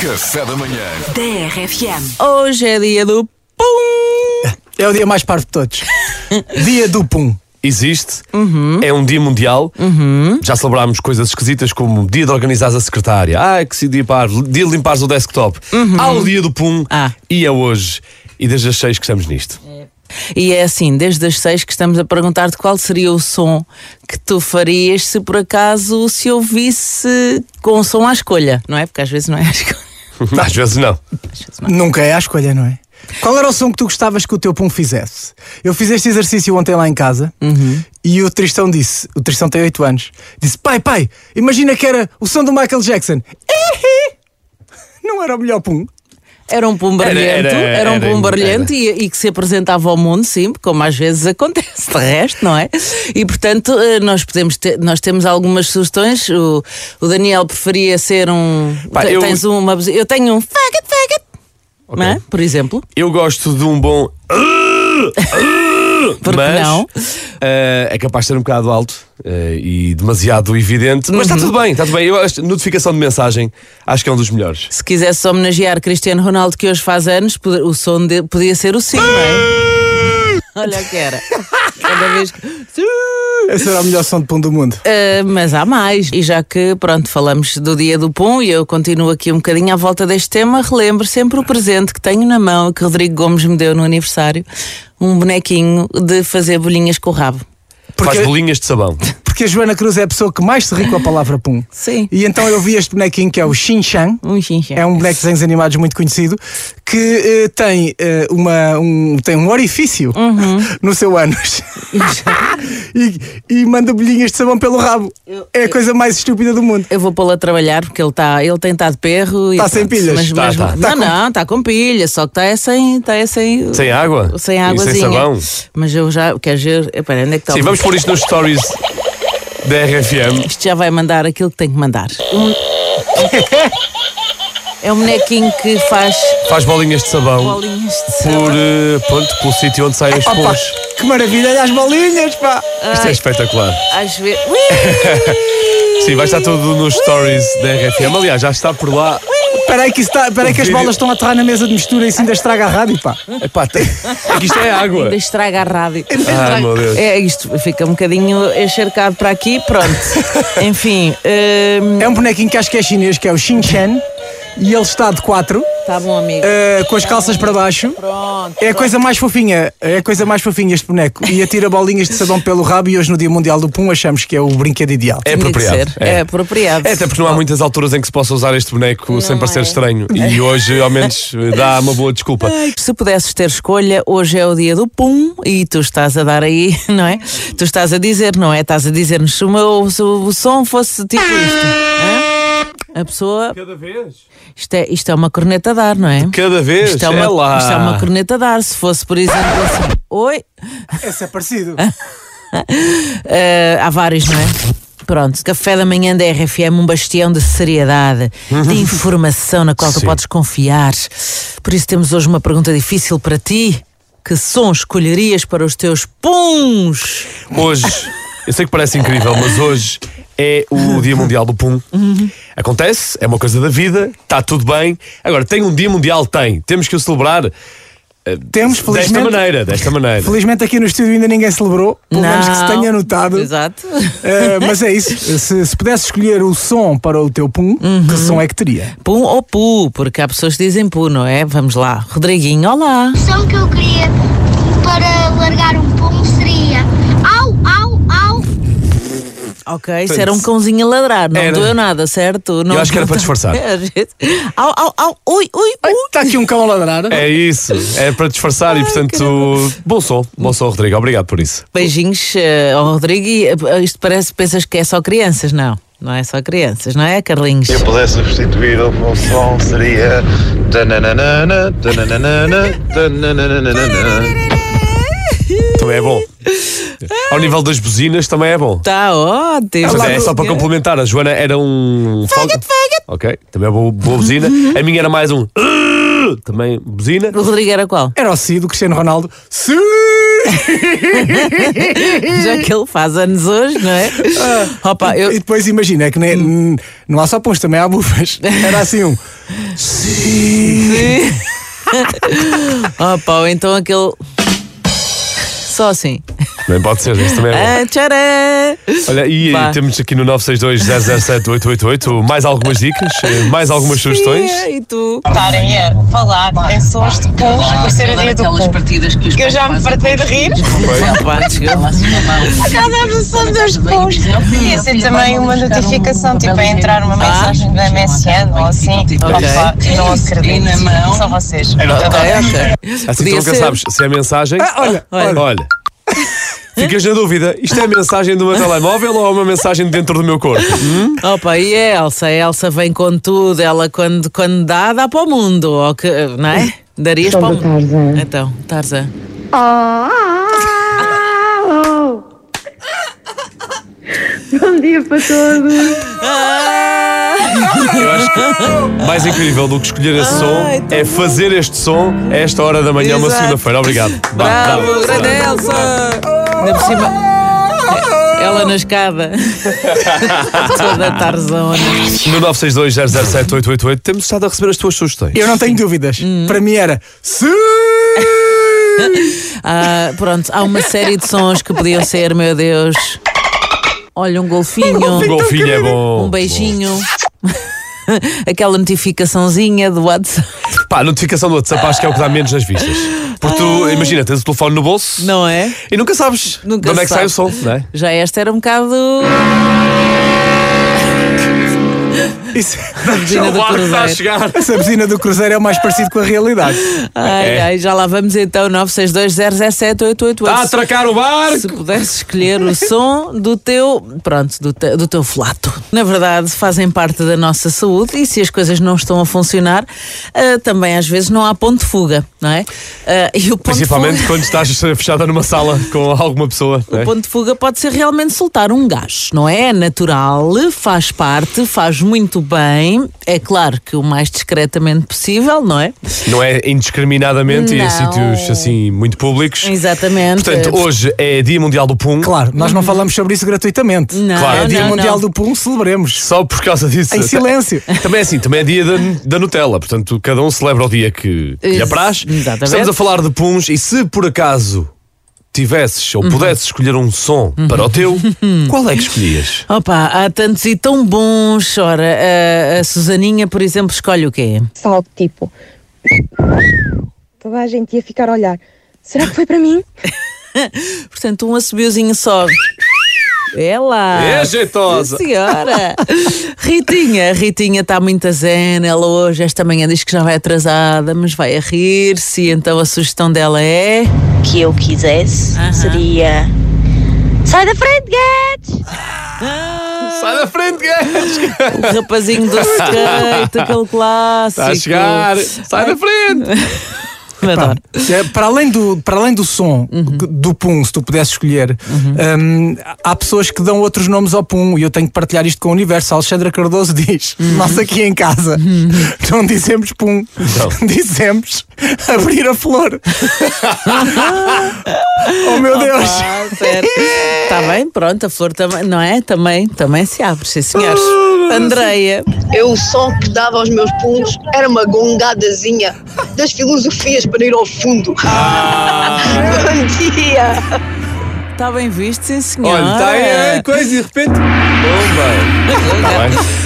Café da manhã. TRFM. Hoje é dia do PUM! É o dia mais parvo de todos. dia do Pum. Uhum. existe, é um dia mundial. Já celebrámos coisas esquisitas como dia de organizares a secretária, ah, que se dia par, dia de limpares o desktop. Uhum. Há o dia do pum Ah. e é hoje. E desde as seis que estamos nisto. E é assim, desde as seis que estamos a perguntar-te qual seria o som que tu farias se por acaso se ouvisse com som à escolha, não é? Porque às vezes não é à escolha. Às vezes não. Nunca é à escolha, não é? Qual era o som que tu gostavas que o teu pum fizesse? Eu fiz este exercício ontem lá em casa e o Tristão disse: o Tristão tem 8 anos, disse: pai, pai, imagina que era o som do Michael Jackson. Ehi! Não era o melhor pum. Era um pum barulhento, era, era- um era- pum barulhento e, e que se apresentava ao mundo, sim, como às vezes acontece de resto, não é? E portanto, eh, nós podemos ter- nós temos algumas sugestões. O, o Daniel preferia ser um. Pá, te- eu- tens uma, buzi- eu tenho um faggot, faggot, não é? por exemplo. Eu gosto de um bom. Porque mas não? eh, é capaz de ser um bocado alto eh, e demasiado evidente. Mas está Uhum. tudo bem, está tudo bem. Eu acho notificação de mensagem acho que é um dos melhores. Se quisesse homenagear Cristiano Ronaldo, que hoje faz anos, pod- o som de- podia ser o sim, não é? Olha o que era. Cada vez que... Esse era o melhor som de pum do mundo. Ah, mas há mais. E já que, pronto, falamos do dia do pum e eu continuo aqui um bocadinho à volta deste tema, relembro sempre o presente que tenho na mão que Rodrigo Gomes me deu no aniversário: um bonequinho de fazer bolinhas com o rabo. Faz bolinhas de sabão. Porque a Joana Cruz é a pessoa que mais se ri com a palavra pum. Sim. E então eu vi este bonequinho que é o Shin Chan. Um xinxé. É um boneco de desenhos animados muito conhecido que eh, tem, eh, uma, um, tem um orifício no seu ânus e, e manda bolhinhas de sabão pelo rabo. É a coisa mais estúpida do mundo. Eu vou pô-lo a trabalhar porque ele, tá, ele tem estado perro. e Tá sem pronto, pilhas. Mas, Tá, mas- tá. Não, não, está com pilhas, só que está é sem, tá é sem. Sem água? Sem E sem águazinha. sabão. Mas eu já. Quer dizer. Epá, onde é que está Sim, vamos pôr isto nos stories da RFM. Isto já vai mandar aquilo que tem que mandar. Um- É um bonequinho que faz Faz bolinhas de sabão bolinhas de por, sabão. eh, pronto, pelo sítio onde saem os Opa, pôs. que maravilha! Olha as bolinhas, pá! Isto é espetacular. Às vezes. Sim, vai estar tudo nos stories da RFM. Aliás, já está por lá. Espera aí que, isso tá, espera aí que as vídeo- bolas estão a aterrar na mesa de mistura e isso ainda estraga a rádio, pá! Epá, tem... é que isto é água. Ainda estraga a rádio. Ah, meu Deus. É isto, fica um bocadinho encharcado para aqui, pronto. Enfim, ehm, É um bonequinho que acho que é chinês, que é o Shin Chan e ele está de quatro, está tá bom, amigo. É eh, com as calças para baixo. Pronto. É a coisa mais fofinha, é a coisa mais fofinha este boneco. E atira bolinhas de sabão pelo rabo e hoje no Dia Mundial do Pum achamos que é o brinquedo ideal. É Tinha de apropriado. ser. É apropriado. É, até porque não há muitas alturas em que se possa usar este boneco sem parecer é. estranho. E hoje, ao menos, dá uma boa desculpa. Se pudesses ter escolha, hoje é o dia do pum e tu estás a dar aí, não é? Tu estás a dizer, não é? Estás a dizer-nos se o, meu- se o som fosse tipo isto. hã? A pessoa. Cada vez? Isto é, isto é uma corneta a dar, não é? Cada vez. Isto é, é uma, lá. isto é uma corneta a dar. Se fosse, por exemplo, assim. Oi. Esse é parecido. Eh, há vários, não é? Pronto, café da manhã da RFM, um bastião de seriedade, de informação na qual tu Uhum. Sim. podes confiar. Por isso temos hoje uma pergunta difícil para ti. Que som escolherias para os teus puns? Hoje, eu sei que parece incrível, mas hoje é o Dia Mundial do Pum. Acontece, é uma coisa da vida, está tudo bem. Agora, tem um Dia Mundial? Tem. Temos que o celebrar Temos, desta felizmente. maneira, desta maneira. Felizmente aqui no estúdio ainda ninguém celebrou, pelo menos que se Não. tenha notado. Exato. Eh, mas é isso. Se, se pudesse escolher o som para o teu pum, que Uhum. som é que teria? Pum ou pu, porque há pessoas que dizem pu, não é? Vamos lá. Rodriguinho, olá. som que eu queria para largar um pulo seria au, au, au. Ok, isso era um cãozinho a ladrar, não Era. doeu nada, certo? Não acho que era para disfarçar. É, gente. au, au, au, ui, ui, ui. Está aqui um cão a ladrar. É isso, é para disfarçar e portanto. Bom som, bom som, Rodrigo, obrigado por isso. Beijinhos eh, ao Rodrigo e eh, isto parece, pensas que é só crianças, não? Não é só crianças, não é, Carlinhos? Se eu pudesse substituir algum som seria. tananana, tananana, tananana. Também é bom. Ao nível das buzinas, também é bom. Está Tá ótimo. Mas é só para complementar, a Joana era um. Faggot, faggot! Ok, também é boa, boa buzina. A minha era mais um. Também buzina. O Rodrigo era qual? Era o Cid, o Cristiano Ronaldo. Sim! Já que ele faz anos hoje, não é? Opa, eu, Ah, Hum. E depois imagina, é que nem- não há só puns, também há bufas. Era assim um. Oh, pá, ou então aquele. Só assim. Bem, pode ser, isso também é bom. Ah, tcharam! Olha, e Pá. temos aqui no 962-007-888 mais algumas dicas, eh, mais algumas sugestões. E tu? estarem a falar canções de punhos por ser o dia do punho. partidas que os Que eu já me fartei de rir um Pá, chegou. por causa da versão dos punhos. E assim também uma um notificação, tipo a entrar Ah. uma Ah, mensagem da MSN ou assim. tipo, Opa, não acredito. São vocês. Então, é Ok, ok. Assim tu nunca sabes se é mensagem. olha, Ah, olha. Ficas na dúvida, isto é mensagem do meu telemóvel ou é uma mensagem dentro do meu corpo? Hum? Opa, e a Elsa? A Elsa vem com tudo. Ela, quando, quando dá, dá para o mundo. Ou que, não é? Darias para o mundo. Então, Tarzan. Bom dia para todos. Ah! Eu acho que mais incrível do que escolher esse som Ai, tão é fazer este som a esta hora da manhã, uma Exato. segunda-feira. Obrigado. Vá, Bravo, bravo, grande bravo. Elsa! Ainda por cima. Ela na escada. Toda Tarzona. No 962-007-888 temos estado a receber as tuas sugestões. Eu não tenho dúvidas. Hum. Para mim era. Se... Ah, pronto, há uma série de sons que podiam ser, meu Deus. Olha, um O golfinho, golfinho é bom. um beijinho, aquela notificaçãozinha do WhatsApp, Bom. Pá, a notificação do WhatsApp acho que é o que dá menos nas vistas. Porque tu, imagina, tens o telefone no bolso Ah. não é? e nunca sabes Nunca de onde é que sai o sabes. som, não é? Já esta era um bocado. Isso... Regina do barco está a Cruzeiro. chegar. Essa buzina do Cruzeiro é o mais parecido com a realidade. Ai, ai, já lá vamos então, 962007888. Está a atracar o barco. Se pudesse escolher o som do teu, pronto, do, te- do teu flato. Na verdade, fazem parte da nossa saúde e se as coisas não estão a funcionar, ah, também às vezes não há ponto de fuga, não é? Ah, e o ponto de Principalmente fuga- quando estás fechada numa sala com alguma pessoa. não é? o ponto de fuga pode ser realmente soltar um gás, não é? É natural, faz parte, faz muito bem. É claro que o mais discretamente possível, não é? Não é indiscriminadamente e em Não. sítios assim muito públicos. Exatamente. Portanto, hoje é Dia Mundial do Pum. Claro, nós não falamos sobre isso gratuitamente. Uhum. Não, claro, É Dia não, Mundial não. do Pum, celebremos. Só por causa disso. Em silêncio. Também é assim, também é dia da, da Nutella, portanto, cada um celebra o dia que, que lhe Ex- apraz. exatamente. Estamos a falar de puns e se por acaso tivesses Uhum. ou pudesses escolher um som para o teu, qual é que escolhias? Opa, há tantos e tão bons. Ora, a, a Susaninha, por exemplo, escolhe o quê? Salto tipo. Toda a gente ia ficar a olhar. Será que foi para mim? Portanto, um assobiozinho só. É lá. É jeitosa. Sim, Senhora! Ritinha, a Ritinha está muito a zen, ela hoje, esta manhã, diz que já vai atrasada, mas vai a rir-se, então a sugestão dela é. que eu quisesse Aham. seria. Sai da frente, Guedes! Sai da frente, gajo! O rapazinho do skate, aquele clássico. Está a chegar! Sai da frente! Adoro. Uhum. É, Para além do, para além do som que- do Pum, se tu pudesses escolher, hum, há pessoas que dão outros nomes ao Pum e eu tenho que partilhar isto com o universo. A Alexandra Cardoso diz: Uhum. Nós aqui em casa não dizemos Pum, Então. dizemos abrir a flor. oh meu Deus! Tá Ah, certo. Está Tá bem, pronto, a flor também, não é? Também, também se abre, sim, senhores. Oh, Andreia. Eu só que dava aos meus punhos era uma gongadazinha das um filosofias para ir ao fundo. Ah, Bom dia! Está tá bem visto, sim, senhora. Olha, está aí É. a coisa e de repente. Bomba! Tá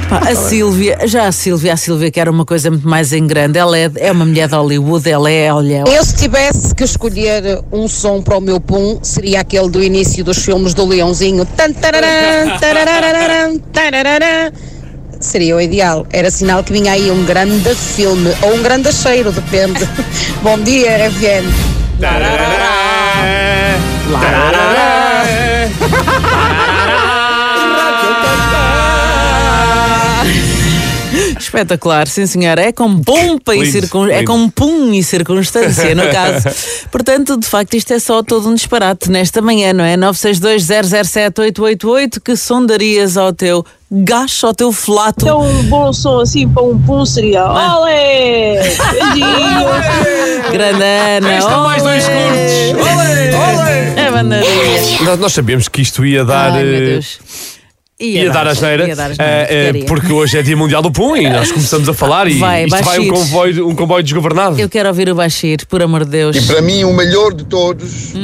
bem. Pá, a Sílvia, já a Sílvia, a Sílvia que era uma coisa muito mais em grande. Ela é, é uma mulher de Hollywood, ela é, olha. Eu, se tivesse que escolher um som para o meu pum, seria aquele do início dos filmes do Leãozinho. Tan, tararã, tarararararã, tarararã. Seria o ideal. Era sinal que vinha aí um grande filme ou um grande cheiro, depende. Bom dia, FM. É. Espetacular, sim senhora. É com pompa e Lindo, circun... é lindo. com pum e circunstância, no caso. Portanto, de facto, isto é só todo um disparate nesta manhã, não é? 962007888 que sondarias ao teu gacho, ao teu flato. Um bom som assim para um pum seria. Olé! Grande Ana. Esta É, mais dois olé! curtos. Olé! É bandeirinha. Nós, nós sabíamos que isto ia dar Ai, meu eh, Deus. Ia, dar a geneira, ia dar a eh, geneira, eh, porcaria. porque hoje é Dia Mundial do Pum e nós começamos a falar e Vai, isto vai um Bashir. comboio, um comboio desgovernado. Eu quero ouvir o Bashir, por amor de Deus. E para mim, o melhor de todos,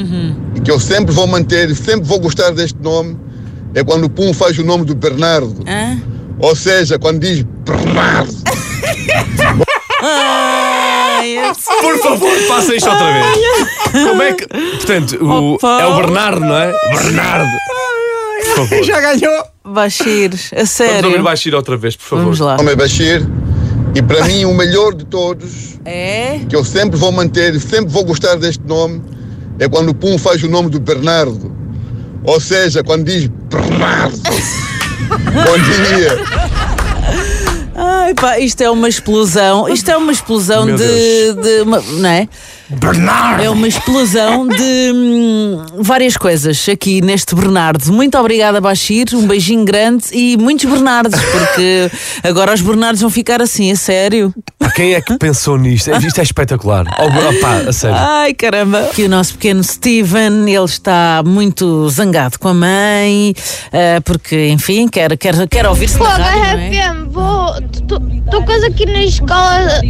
e que eu sempre vou manter, e sempre vou gostar deste nome, é quando o Pum faz o nome do Bernardo. Hã? Ou seja, quando diz Bernardo. Por favor, faça isto outra vez. Como é que. Portanto, o- é o Bernardo, não é? Bernardo. Por favor. Já ganhou. Bashir, Vamos a ouvir sério. Bashir outra vez, por favor. Vamos lá. Meu nome é Bashir, e para mim, o melhor de todos, É? que eu sempre vou manter, e sempre vou gostar deste nome, é quando o Pum faz o nome do Bernardo. Ou seja, quando diz Bernardo. Bom dia. Ai pá, isto é uma explosão. Isto é uma explosão Meu de. de uma- não é? Bernardo! É uma explosão de hum, várias coisas aqui neste Bernardo. Muito obrigada, Bashir. Um beijinho grande e muitos Bernardos, porque agora os Bernardos vão ficar assim, a sério. Pá, Quem é que pensou nisto? Isto é espetacular. Oh, opá, a sério. Ai, caramba! Que o nosso pequeno Steven, ele está muito zangado com a mãe, eh, porque, enfim, quer, quer, quer ouvir-se. na Fogo, rádio, não é? arrependo. Vou. Estou quase aqui na escola.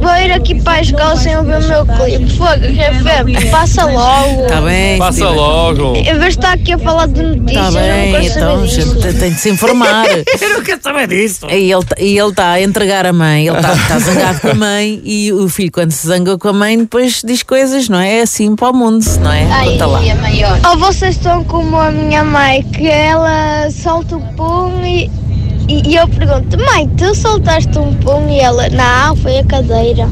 Vou ir aqui para a escola sem ouvir o meu clipe. Fogo, arrependo. é Passa logo. Tá bem, Passa Steven. logo. Em vez de estar aqui a falar de Está notícias, eu não bem, quero saber então disso. gente, tem de se informar. Eu não quero saber disso. E ele, tá, e ele está a entregar a mãe, ele está tá zangado com a mãe e o filho, quando se zanga com a mãe, depois diz coisas, não é? É assim para o mundo, não é? Conta lá. maior. Ou vocês estão como a minha mãe, que ela solta o pum e, e, e eu pergunto: Mãe, tu soltaste um pum? E ela: Não, foi a cadeira.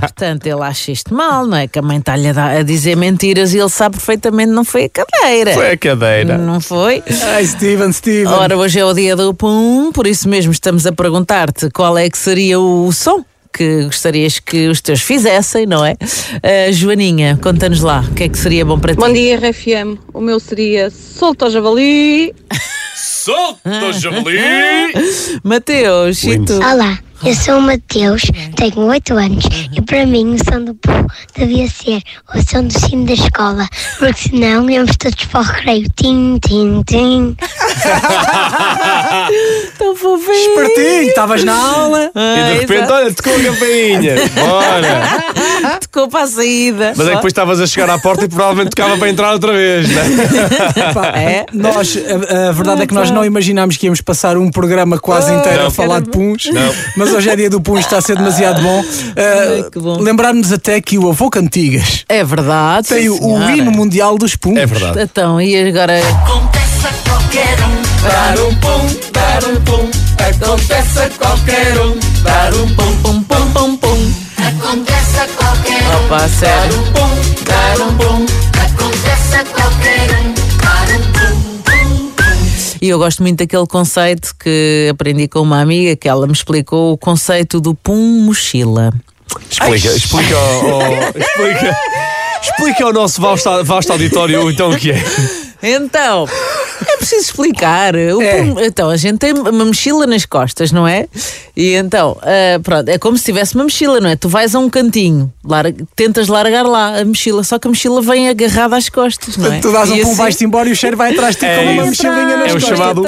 Portanto, ele acha isto mal, não é? Que a mãe está-lhe a, dar- a dizer mentiras e ele sabe perfeitamente não foi a cadeira. Foi a cadeira. Não foi? Ai, Steven, Steven. Ora, hoje é o dia do pum, por isso mesmo estamos a perguntar-te qual é que seria o som que gostarias que os teus fizessem, não é? Ah, Joaninha, conta-nos lá, o que é que seria bom para ti? Bom dia, RFM. O meu seria solta o javali. Solta Ah, o javali! Mateus, e tu? Ah, Olá, eu sou o Mateus, tenho 8 anos e para mim o som do povo devia ser o som do sino da escola, porque senão íamos todos para o recreio. Tim, tim, tim. então Estou fofinho. Espertinho, estavas na aula. Ah, E de repente, olha, tocou a campainha. Bora! Tocou para a saída. Mas é que depois estavas a chegar à porta e provavelmente tocava para entrar outra vez, né? é? Nós, a, a verdade é que nós não imaginámos que íamos passar um programa quase inteiro a Não. falar de puns, Não. mas hoje é dia do puns, está a ser demasiado bom. Uh, Lembrar-nos até que o avô Cantigas é verdade, tem sim, o- o senhora. hino mundial dos puns. É Então, e agora? Acontece a qualquer um, dar um pum, dar um pum. Acontece a qualquer um, dar um pum, pum, pum, pum, pum. Acontece a qualquer um, Opa, a sério. dar um pum, dar um pum. Acontece a qualquer um, dar um pum, pum, pum. E eu gosto muito daquele conceito que aprendi com uma amiga, que ela me explicou o conceito do pum mochila. Explica, explica ao, ao- explica, explica ao nosso vasto, vasto auditório então o que é. Então, é preciso explicar. O É. pum- então, a gente tem uma mochila nas costas, não é? E então, ah, pronto, é como se tivesse uma mochila, não é? Tu vais a um cantinho, lar- tentas largar lá a mochila, só que a mochila vem agarrada às costas, não é? Tu dás um E pum, assim- vais-te embora e o cheiro vai atrás de ti como uma isso. mochilinha nas É o costas. chamado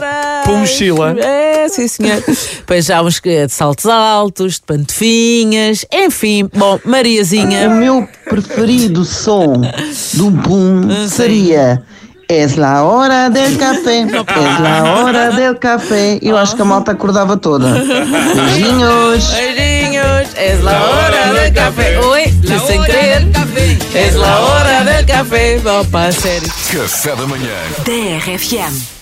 pum-mochila. É, sim, senhor. Depois já há uns que- é de saltos altos, de pantofinhas, enfim. Bom, Mariazinha. O meu preferido som do boom seria És la hora del café, és la hora del café. Eu acho que a malta acordava toda. Beijinhos. Beijinhos. Es la hora del café. Oi, sem querer. Es la hora del café. Opa, a sério. Café da manhã. DRFM.